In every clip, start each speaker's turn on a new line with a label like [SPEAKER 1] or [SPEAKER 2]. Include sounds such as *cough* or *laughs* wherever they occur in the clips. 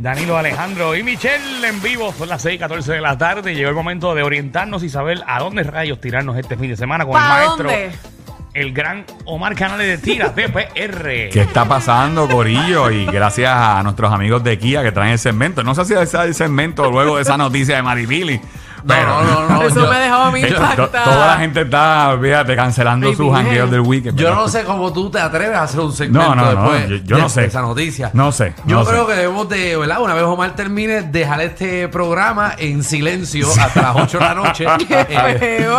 [SPEAKER 1] Danilo Alejandro y Michelle en vivo. Son las 6 14 de la tarde. Llegó el momento de orientarnos y saber a dónde rayos tirarnos este fin de semana con el
[SPEAKER 2] ¿Pa'
[SPEAKER 1] maestro,
[SPEAKER 2] dónde?
[SPEAKER 1] el gran Omar Canales de
[SPEAKER 2] *laughs*
[SPEAKER 1] Tira, PPR.
[SPEAKER 3] ¿Qué está pasando, Corillo? Y gracias a nuestros amigos de Kia que traen el segmento. No sé si es el segmento luego de esa noticia de Maripili. Pero
[SPEAKER 4] no, no,
[SPEAKER 2] *laughs* Eso
[SPEAKER 4] yo-
[SPEAKER 2] me dejó
[SPEAKER 3] *laughs*
[SPEAKER 2] a mí
[SPEAKER 3] Eh, to-
[SPEAKER 2] impactada.
[SPEAKER 3] toda la gente está, fíjate, cancelando
[SPEAKER 2] Ay,
[SPEAKER 3] sus
[SPEAKER 2] Virgen.
[SPEAKER 3] jangueos del weekend.
[SPEAKER 4] Yo
[SPEAKER 3] pero-
[SPEAKER 4] no sé cómo tú te atreves a hacer un segmento
[SPEAKER 3] No, no, no,
[SPEAKER 4] después
[SPEAKER 3] yo- yo
[SPEAKER 4] de
[SPEAKER 3] no sé.
[SPEAKER 4] esa noticia.
[SPEAKER 3] No sé,
[SPEAKER 4] Yo
[SPEAKER 3] no
[SPEAKER 4] creo
[SPEAKER 3] sé.
[SPEAKER 4] que debemos de, ¿verdad? Una vez Omar termine, dejar este programa en silencio hasta las 8 de la noche.
[SPEAKER 3] *laughs*
[SPEAKER 4] eh,
[SPEAKER 2] feo,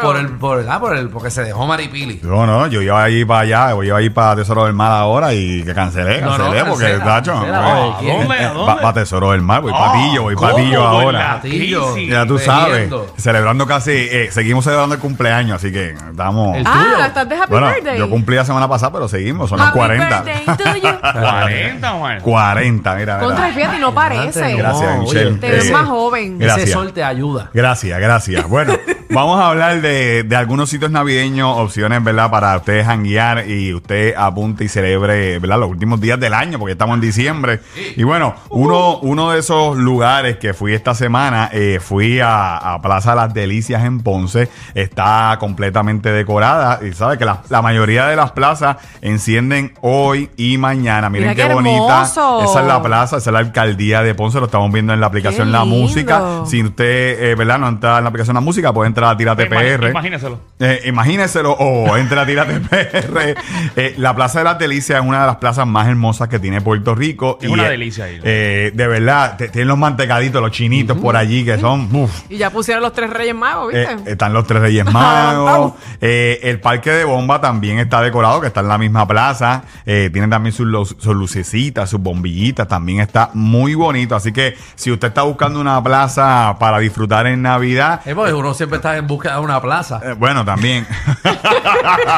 [SPEAKER 4] por, por el, por, ¿verdad? por el, porque se dejó Maripili.
[SPEAKER 3] No, no, yo iba a ir para allá, yo iba a ir para Tesoro del Mar ahora y que cancelé,
[SPEAKER 4] No, no,
[SPEAKER 3] cancelé, porque,
[SPEAKER 4] cancela,
[SPEAKER 3] tacho,
[SPEAKER 4] cancela,
[SPEAKER 3] no,
[SPEAKER 4] ¿a
[SPEAKER 3] eh,
[SPEAKER 1] dónde,
[SPEAKER 3] eh,
[SPEAKER 1] a dónde? Oh,
[SPEAKER 3] va- va Tesoro del Mar, voy para Tillo, voy para Tillo
[SPEAKER 1] ¿cómo,
[SPEAKER 3] ahora.
[SPEAKER 1] con la
[SPEAKER 4] Tillo.
[SPEAKER 1] crisis?
[SPEAKER 3] Ya tú sabes,
[SPEAKER 4] bebiendo.
[SPEAKER 3] celebrando casi, eh, seguimos celebrando el cumpleaños, así que estamos...
[SPEAKER 4] El tuyo.
[SPEAKER 2] Ah, estás de Happy
[SPEAKER 3] bueno,
[SPEAKER 2] Birthday.
[SPEAKER 3] yo cumplí la semana pasada, pero seguimos, son los
[SPEAKER 2] Happy
[SPEAKER 3] 40. *laughs*
[SPEAKER 2] Birthday to you.
[SPEAKER 1] 40, Omar.
[SPEAKER 3] 40, mira, mira.
[SPEAKER 2] Contra, fíjate, no parece.
[SPEAKER 3] Gracias. Eh,
[SPEAKER 4] No, oye,
[SPEAKER 3] Michelle.
[SPEAKER 2] Te ves
[SPEAKER 4] ese-
[SPEAKER 2] más joven.
[SPEAKER 3] Gracias.
[SPEAKER 4] Ese sol te
[SPEAKER 3] *laughs*
[SPEAKER 4] ayuda.
[SPEAKER 3] Gracias, gracias.
[SPEAKER 2] *laughs*
[SPEAKER 3] Bueno, vamos a hablar de, de algunos sitios navideños, opciones, ¿verdad? Para ustedes janguear y usted apunte y celebre, ¿verdad? Los últimos días del año, porque estamos en diciembre. Y bueno,
[SPEAKER 2] Uh-huh.
[SPEAKER 3] uno, uno de esos lugares que fui esta semana, eh, fui a, a Plaza Las Delicias en Ponce. Está completamente decorada y sabe que la, la mayoría de las plazas encienden hoy y mañana. Miren
[SPEAKER 2] Mira
[SPEAKER 3] qué,
[SPEAKER 2] qué
[SPEAKER 3] bonita.
[SPEAKER 2] hermoso.
[SPEAKER 3] Esa es la plaza, esa es la alcaldía de Ponce. Lo estamos viendo en la aplicación
[SPEAKER 2] Qué
[SPEAKER 3] La
[SPEAKER 2] lindo.
[SPEAKER 3] Música. Si usted, eh, ¿verdad? No entra en la aplicación La Música, puede entrar a Tira
[SPEAKER 1] Imag-
[SPEAKER 3] TPR.
[SPEAKER 1] Imagínenselo.
[SPEAKER 3] Eh, imagínenselo,
[SPEAKER 1] *laughs*
[SPEAKER 3] o entra a Tira TPR. Eh, la Plaza de las Delicias es una de las plazas más hermosas que tiene Puerto Rico.
[SPEAKER 1] Es una
[SPEAKER 3] eh,
[SPEAKER 1] delicia ahí.
[SPEAKER 3] eh, de verdad, te- tienen los mantecaditos, los chinitos por allí que son. uf,
[SPEAKER 2] Y ya pusieron los tres reyes magos, ¿viste?
[SPEAKER 3] eh, están los tres Reyes Magos. Eh, el parque de bomba también está decorado, que está en la misma plaza. Eh, tiene también sus, lu- sus lucecitas, sus bombillitas. También está muy bonito. Así que si usted está buscando una plaza para disfrutar en Navidad,
[SPEAKER 4] Es porque uno siempre está en búsqueda de una plaza.
[SPEAKER 3] eh, bueno, también. *laughs*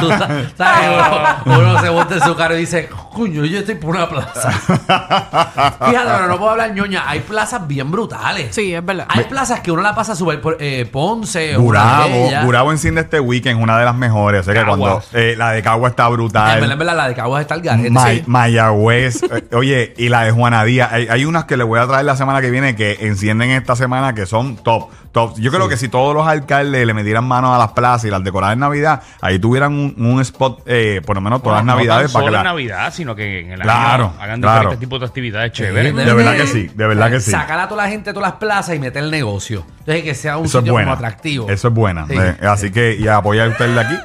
[SPEAKER 4] Tú sa- sabes, uno, uno se monta en su carro y dice, coño, yo estoy por una plaza. Fíjate, pero no puedo hablar ñoña. Hay plazas bien brutales.
[SPEAKER 2] Sí, es verdad.
[SPEAKER 4] Hay plazas que uno la pasa super por eh, Ponce,
[SPEAKER 3] Gurabo,
[SPEAKER 4] Juanadella.
[SPEAKER 3] Gurabo enciende este weekend, una de las mejores. O sea que cuando
[SPEAKER 1] Caguas.
[SPEAKER 3] eh, la de Cagua está brutal.
[SPEAKER 4] En verdad, en verdad, la de Caguas está el garete.
[SPEAKER 3] Ma-
[SPEAKER 4] Sí.
[SPEAKER 3] Mayagüez, eh, *laughs* oye, y la de Juana Díaz. Hay, hay unas que le voy a traer la semana que viene que encienden esta semana que son top, top. Yo creo que si todos los alcaldes le metieran mano a las plazas y las decoraran en Navidad, ahí tuvieran un, un spot, eh, por lo menos todas
[SPEAKER 1] No
[SPEAKER 3] las
[SPEAKER 1] tan
[SPEAKER 3] Navidades.
[SPEAKER 1] solo
[SPEAKER 3] para que
[SPEAKER 1] en
[SPEAKER 3] la-
[SPEAKER 1] Navidad, sino que en el
[SPEAKER 3] Claro,
[SPEAKER 1] año hagan
[SPEAKER 3] claro.
[SPEAKER 1] diferentes tipos de actividades chéveres.
[SPEAKER 3] de verdad que sí, de verdad que sí.
[SPEAKER 4] Sacar a toda la gente de todas las plazas y meter el negocio. Entonces que sea un
[SPEAKER 3] Eso es
[SPEAKER 4] sitio
[SPEAKER 3] buena.
[SPEAKER 4] como atractivo.
[SPEAKER 3] Eso es buena.
[SPEAKER 4] Sí.
[SPEAKER 3] Eh, así que, y apoyar
[SPEAKER 4] *laughs*
[SPEAKER 3] usted de aquí.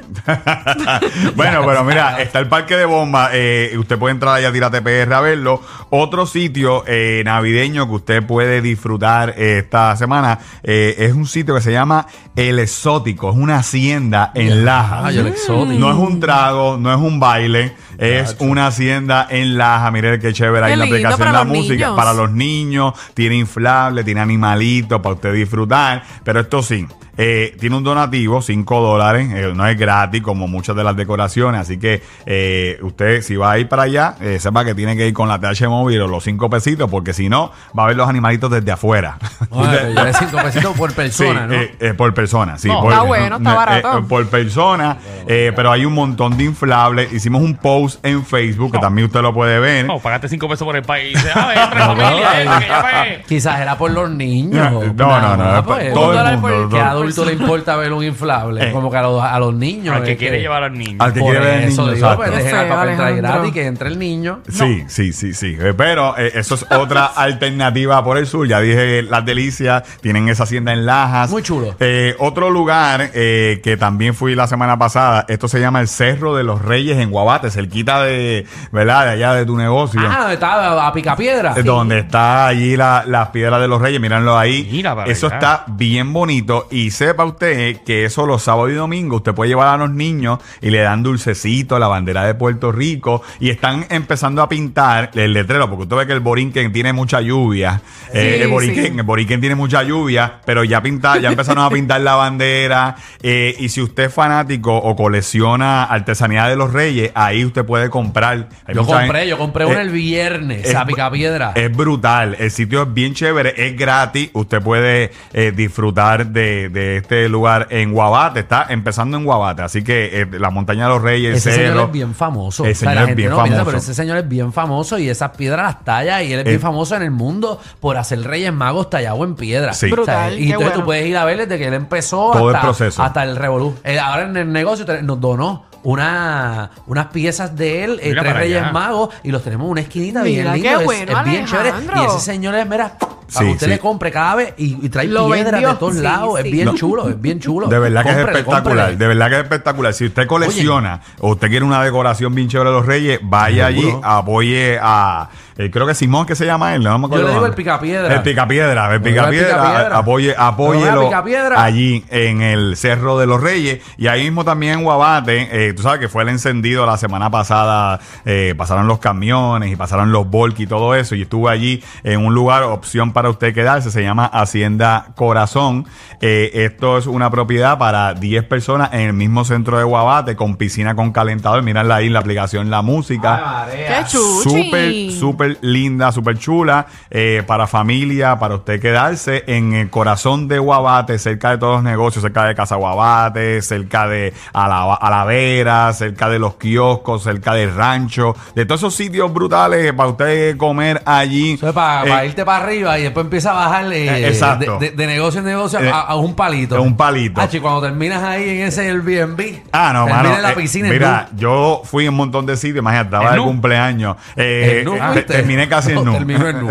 [SPEAKER 3] bueno, pero mira, está el parque de bomba. eh, usted puede entrar allá a Tira TPR a verlo. Otro sitio eh, navideño que usted puede disfrutar eh, esta semana eh, es un sitio que se llama El Exótico. Es una hacienda en Laja.
[SPEAKER 4] Ay, El Exótico.
[SPEAKER 3] No es un trago, no es un baile. Es una hacienda en Laja. Mire qué chévere ahí
[SPEAKER 2] Qué
[SPEAKER 3] en la
[SPEAKER 2] lindo
[SPEAKER 3] aplicación
[SPEAKER 2] para
[SPEAKER 3] la
[SPEAKER 2] los
[SPEAKER 3] música.
[SPEAKER 2] niños.
[SPEAKER 3] Para los los niños, tiene inflable, tiene animalitos para usted disfrutar, pero esto sí. eh, tiene un donativo, 5 dólares, eh, no es gratis como muchas de las decoraciones, así que eh, usted si va a ir para allá, eh, sepa que tiene que ir con la TH móvil o los 5 pesitos, porque si no, va a ver los animalitos desde afuera. *laughs*
[SPEAKER 4] Ay, pero yo le cinco pesitos por persona,
[SPEAKER 3] Sí,
[SPEAKER 4] ¿no?
[SPEAKER 3] eh, eh, por persona, sí.
[SPEAKER 1] No,
[SPEAKER 3] por-
[SPEAKER 2] está bueno, está
[SPEAKER 3] eh,
[SPEAKER 2] barato.
[SPEAKER 3] eh, por persona, eh, pero hay un montón de inflables. Hicimos un post en Facebook, que
[SPEAKER 1] No.
[SPEAKER 3] también usted lo puede ver.
[SPEAKER 1] No, pagaste 5 pesos por el país. Y
[SPEAKER 3] *laughs*
[SPEAKER 1] dices, a ver, entra familia, eh, que ya pagué.
[SPEAKER 4] Quizás era por los niños. Pues,
[SPEAKER 3] No, no, no,
[SPEAKER 4] Nada más,
[SPEAKER 3] todo el
[SPEAKER 2] dólar
[SPEAKER 3] mundo,
[SPEAKER 2] por el-
[SPEAKER 3] todo-
[SPEAKER 4] Que era adulto
[SPEAKER 2] por
[SPEAKER 3] *laughs*
[SPEAKER 4] le importa ver un inflable?
[SPEAKER 3] Eh.
[SPEAKER 4] Como que a los, a los niños.
[SPEAKER 1] Al que
[SPEAKER 4] es
[SPEAKER 1] quiere llevar al niño.
[SPEAKER 3] Al que
[SPEAKER 4] Por
[SPEAKER 3] quiere ver el
[SPEAKER 4] eso
[SPEAKER 3] niño,
[SPEAKER 4] digo,
[SPEAKER 3] exacto.
[SPEAKER 4] pues
[SPEAKER 2] Qué
[SPEAKER 4] dejen al
[SPEAKER 2] feo,
[SPEAKER 4] papá entrar
[SPEAKER 2] Alejandro.
[SPEAKER 4] gratis, que entre el niño.
[SPEAKER 3] Sí, sí, sí, sí. Eh, Pero eh, eso es
[SPEAKER 4] *laughs*
[SPEAKER 3] otra alternativa por el sur. Ya dije, Las Delicias tienen esa hacienda en Lajas.
[SPEAKER 4] Muy chulo.
[SPEAKER 3] Eh, otro lugar eh, que también fui la semana pasada, esto se llama el Cerro de los Reyes en Guabate, cerquita de, ¿verdad? De allá de tu negocio.
[SPEAKER 4] Ah, donde estaba a picapiedra.
[SPEAKER 3] Eh, Donde está allí la- las piedras de los reyes, míranlo ahí.
[SPEAKER 1] Mira para
[SPEAKER 3] eso
[SPEAKER 1] allá.
[SPEAKER 3] está bien bonito. Y sepa usted que eso los sábados y domingos usted puede llevar a los niños y le dan dulcecito, la bandera de Puerto Rico. Y están empezando a pintar el letrero, porque usted ve que el Borinquen tiene mucha lluvia. Eh,
[SPEAKER 2] Sí,
[SPEAKER 3] el, Borinquen,
[SPEAKER 2] sí.
[SPEAKER 3] el Borinquen tiene mucha lluvia, pero ya pinta, ya empezaron a pintar la bandera. Eh, y si usted es fanático o colecciona artesanía de los reyes, ahí usted puede comprar. Hay
[SPEAKER 4] Yo
[SPEAKER 3] mucha
[SPEAKER 4] compré,
[SPEAKER 3] gente-
[SPEAKER 4] yo compré
[SPEAKER 3] Eh,
[SPEAKER 4] una el viernes a picapiedra.
[SPEAKER 3] es brutal. El sitio es bien chévere, es gratis. Usted puede eh, disfrutar de, de este lugar en Guabate. Está empezando en Guabate. Así que eh, la montaña de los Reyes,
[SPEAKER 4] Ese
[SPEAKER 3] el cerro.
[SPEAKER 4] señor es bien famoso.
[SPEAKER 3] Ese
[SPEAKER 4] O sea,
[SPEAKER 3] señor
[SPEAKER 4] la
[SPEAKER 3] es
[SPEAKER 4] gente
[SPEAKER 3] bien
[SPEAKER 4] no piensa,
[SPEAKER 3] famoso.
[SPEAKER 4] pero ese señor es bien famoso y esas piedras las talla y él es bien
[SPEAKER 3] Eh.
[SPEAKER 4] famoso en el mundo por hacer reyes magos tallado en piedra.
[SPEAKER 3] Sí.
[SPEAKER 2] Brutal,
[SPEAKER 4] y
[SPEAKER 2] qué
[SPEAKER 4] entonces tú
[SPEAKER 2] bueno.
[SPEAKER 4] puedes ir a ver desde que él empezó
[SPEAKER 3] Todo el
[SPEAKER 4] hasta,
[SPEAKER 3] proceso.
[SPEAKER 4] hasta el revolú. Él ahora en el negocio te- nos donó una, unas piezas de él, eh,
[SPEAKER 1] Mira
[SPEAKER 4] tres
[SPEAKER 1] para
[SPEAKER 4] reyes
[SPEAKER 1] allá.
[SPEAKER 4] magos y los tenemos en una esquinita
[SPEAKER 2] Mira,
[SPEAKER 4] bien
[SPEAKER 2] qué
[SPEAKER 4] linda.
[SPEAKER 2] bueno,
[SPEAKER 4] es, bien chévere.
[SPEAKER 2] Alejandro.
[SPEAKER 4] Y ese señor es, mira, para
[SPEAKER 3] Sí,
[SPEAKER 4] que usted
[SPEAKER 3] sí.
[SPEAKER 4] le compre cada vez y, y trae
[SPEAKER 2] Lo
[SPEAKER 4] piedras de
[SPEAKER 2] vendió.
[SPEAKER 4] todos
[SPEAKER 2] Sí,
[SPEAKER 4] lados. Es
[SPEAKER 2] sí.
[SPEAKER 4] bien chulo, es bien chulo.
[SPEAKER 3] De verdad que es
[SPEAKER 4] Cómprele,
[SPEAKER 3] espectacular.
[SPEAKER 4] cómprele.
[SPEAKER 3] De verdad que es espectacular. Si usted colecciona o usted quiere una decoración bien chévere de los Reyes, vaya allí,
[SPEAKER 4] Seguro.
[SPEAKER 3] apoye a. eh, creo que Simón, que se llama él. No me acuerdo
[SPEAKER 4] Yo le digo
[SPEAKER 3] nombre.
[SPEAKER 4] el picapiedra.
[SPEAKER 3] El picapiedra. El
[SPEAKER 4] Yo le digo el
[SPEAKER 3] picapiedra.
[SPEAKER 4] picapiedra.
[SPEAKER 3] Apoye,
[SPEAKER 4] Pero
[SPEAKER 3] apóyelo
[SPEAKER 4] vea, picapiedra.
[SPEAKER 3] allí en el Cerro de los Reyes. Y ahí mismo también en Guabate. eh, tú sabes que fue el encendido la semana pasada. eh, pasaron los camiones y pasaron los bulk y todo eso. Y estuve allí en un lugar, opción para usted quedarse. Se llama Hacienda Corazón. Eh, esto es una propiedad para 10 personas en el mismo centro de Guabate con piscina con calentador. Miran ahí en la aplicación La Música.
[SPEAKER 4] Ah,
[SPEAKER 2] Qué chuchi.
[SPEAKER 3] Súper, súper linda, súper chula. eh, para familia, para usted quedarse en el corazón de Guabate, cerca de todos los negocios, cerca de Casa Guabate, cerca de Ala- Alavera, cerca de los kioscos, cerca del rancho, de todos esos sitios brutales para usted comer allí.
[SPEAKER 4] Eso es para
[SPEAKER 3] Eh,
[SPEAKER 4] irte para arriba y después empieza a bajar eh,
[SPEAKER 3] Eh, exacto.
[SPEAKER 4] De, de- de negocio en negocio a-
[SPEAKER 3] Eh,
[SPEAKER 4] a, a un palito.
[SPEAKER 3] a un palito.
[SPEAKER 4] Ah, chi, cuando terminas ahí en ese Airbnb.
[SPEAKER 3] Ah, no,
[SPEAKER 4] termina
[SPEAKER 3] mano.
[SPEAKER 4] en la
[SPEAKER 3] eh,
[SPEAKER 4] piscina.
[SPEAKER 3] mira,
[SPEAKER 4] en
[SPEAKER 3] yo fui en un montón de sitios, imagínate, estaba
[SPEAKER 1] ¿En
[SPEAKER 3] de
[SPEAKER 1] nu?
[SPEAKER 3] cumpleaños. eh,
[SPEAKER 4] En nu
[SPEAKER 3] eh,
[SPEAKER 4] fuiste.
[SPEAKER 3] te- terminé casi en Eh,
[SPEAKER 4] No,
[SPEAKER 3] nu.
[SPEAKER 4] terminó
[SPEAKER 3] *laughs*
[SPEAKER 4] en nu.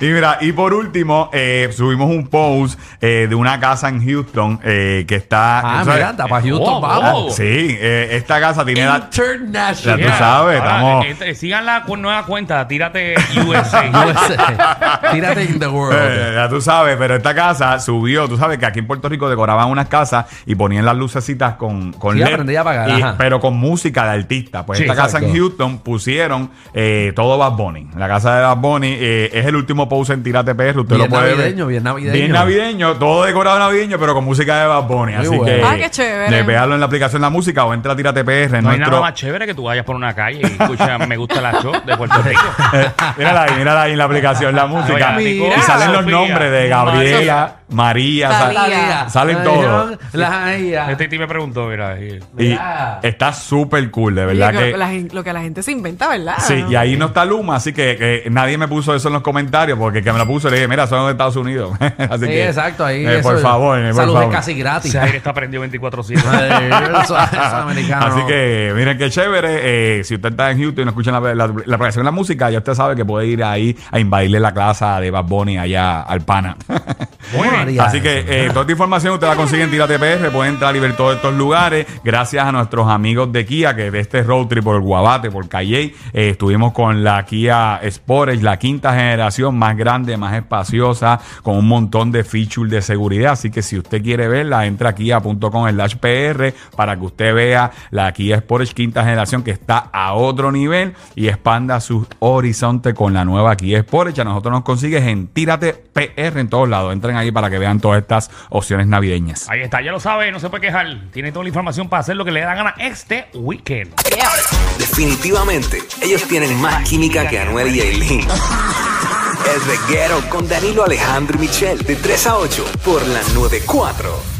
[SPEAKER 3] y mira, y por último, eh, subimos un post eh, de una casa en Houston eh, que está.
[SPEAKER 4] Ah,
[SPEAKER 3] o sea,
[SPEAKER 4] mira, anda para Houston,
[SPEAKER 1] oh,
[SPEAKER 4] vamos.
[SPEAKER 1] oh.
[SPEAKER 3] Sí, eh, esta casa tiene la.
[SPEAKER 4] International.
[SPEAKER 3] Ya tú sabes, estamos-
[SPEAKER 1] eh, eh, sigan la cu- nueva cuenta, tírate
[SPEAKER 3] *laughs*
[SPEAKER 4] *laughs*
[SPEAKER 1] USA.
[SPEAKER 4] USA. Tírate in the world.
[SPEAKER 3] Eh, ya tú sabes, pero esta casa subió. Tú sabes que aquí en Puerto Rico decoraban unas casas y ponían las lucecitas con, con
[SPEAKER 4] Sí, aprendí a apagar,
[SPEAKER 3] y-
[SPEAKER 4] ajá.
[SPEAKER 3] pero con música de artista. Pues
[SPEAKER 1] Sí,
[SPEAKER 3] esta casa en
[SPEAKER 4] exacto.
[SPEAKER 3] Houston pusieron eh, todo Bad Bunny. La casa de Bad Bunny eh, es el último post en Tírate PR. Usted
[SPEAKER 4] Bien
[SPEAKER 3] lo puede
[SPEAKER 4] navideño,
[SPEAKER 3] ver.
[SPEAKER 4] bien navideño.
[SPEAKER 3] Bien navideño, todo decorado navideño, pero con música de Bad Bunny.
[SPEAKER 4] Muy
[SPEAKER 3] Así
[SPEAKER 4] bueno.
[SPEAKER 3] que
[SPEAKER 2] Ah, qué chévere.
[SPEAKER 3] eh, véalo en la aplicación La Música o entra a Tírate PR. en
[SPEAKER 1] No hay
[SPEAKER 3] nuestro-
[SPEAKER 1] nada más chévere que tú vayas por una calle y escuchas Me gusta la show de
[SPEAKER 3] *laughs*
[SPEAKER 1] Puerto Rico.
[SPEAKER 3] *laughs* Eh, mírala ahí, mírala ahí en la
[SPEAKER 4] *laughs*
[SPEAKER 3] aplicación La Música.
[SPEAKER 2] Mira.
[SPEAKER 3] y salen los
[SPEAKER 1] Sofía,
[SPEAKER 3] nombres de Gabriela, María, sal-
[SPEAKER 2] Talía.
[SPEAKER 3] Salen todos.
[SPEAKER 4] Las
[SPEAKER 1] Este tío me preguntó, mira. eh, y-
[SPEAKER 3] Y
[SPEAKER 4] Mirá.
[SPEAKER 3] está súper cool, de
[SPEAKER 2] Oye,
[SPEAKER 3] verdad
[SPEAKER 2] lo,
[SPEAKER 3] que.
[SPEAKER 2] la gen- lo que la gente se inventa, ¿verdad?
[SPEAKER 3] Sí, y ahí no está Luma, así que, que nadie me puso eso en los comentarios, porque el que me lo puso le dije, mira, son de Estados Unidos. *laughs* así
[SPEAKER 4] Sí,
[SPEAKER 3] que,
[SPEAKER 4] exacto. Ahí.
[SPEAKER 3] eh, por
[SPEAKER 4] eso-
[SPEAKER 3] favor, eh, por
[SPEAKER 4] Salud es
[SPEAKER 3] favor. *laughs*
[SPEAKER 4] casi gratis.
[SPEAKER 1] Ese aire está prendido 24-7.
[SPEAKER 4] Madre, *laughs* eso- eso americano.
[SPEAKER 3] Así que, miren qué chévere. eh, si usted está en Houston y no escucha la, la, la aplicación de la música, ya usted sabe que puede ir ahí a invadirle la clase de Bad Bunny allá al pana. *laughs*
[SPEAKER 1] Muy bien.
[SPEAKER 4] María.
[SPEAKER 3] Así que eh, toda esta información usted la consigue en Tírate PR, puede entrar y ver todos estos lugares. Gracias a nuestros amigos de Kia, que de este road trip por el Guabate, por Calle, eh, estuvimos con la Kia Sportage, la quinta generación, más grande, más espaciosa, con un montón de features de seguridad. Así que si usted quiere verla, entra a kia.com slash PR para que usted vea la Kia Sportage quinta generación que está a otro nivel y expanda su horizonte con la nueva Kia Sportage. A nosotros nos consigues en Tírate PR en todos lados. Entren ahí para que vean todas estas opciones navideñas.
[SPEAKER 1] Ahí está, ya lo sabe, no se puede quejar. Tiene toda la información para hacer lo que le da gana este weekend.
[SPEAKER 5] Definitivamente, ellos tienen más química que Anuel y Aileen. El reguero con Danilo Alejandro y Michel, de 3 a 8, por la 94.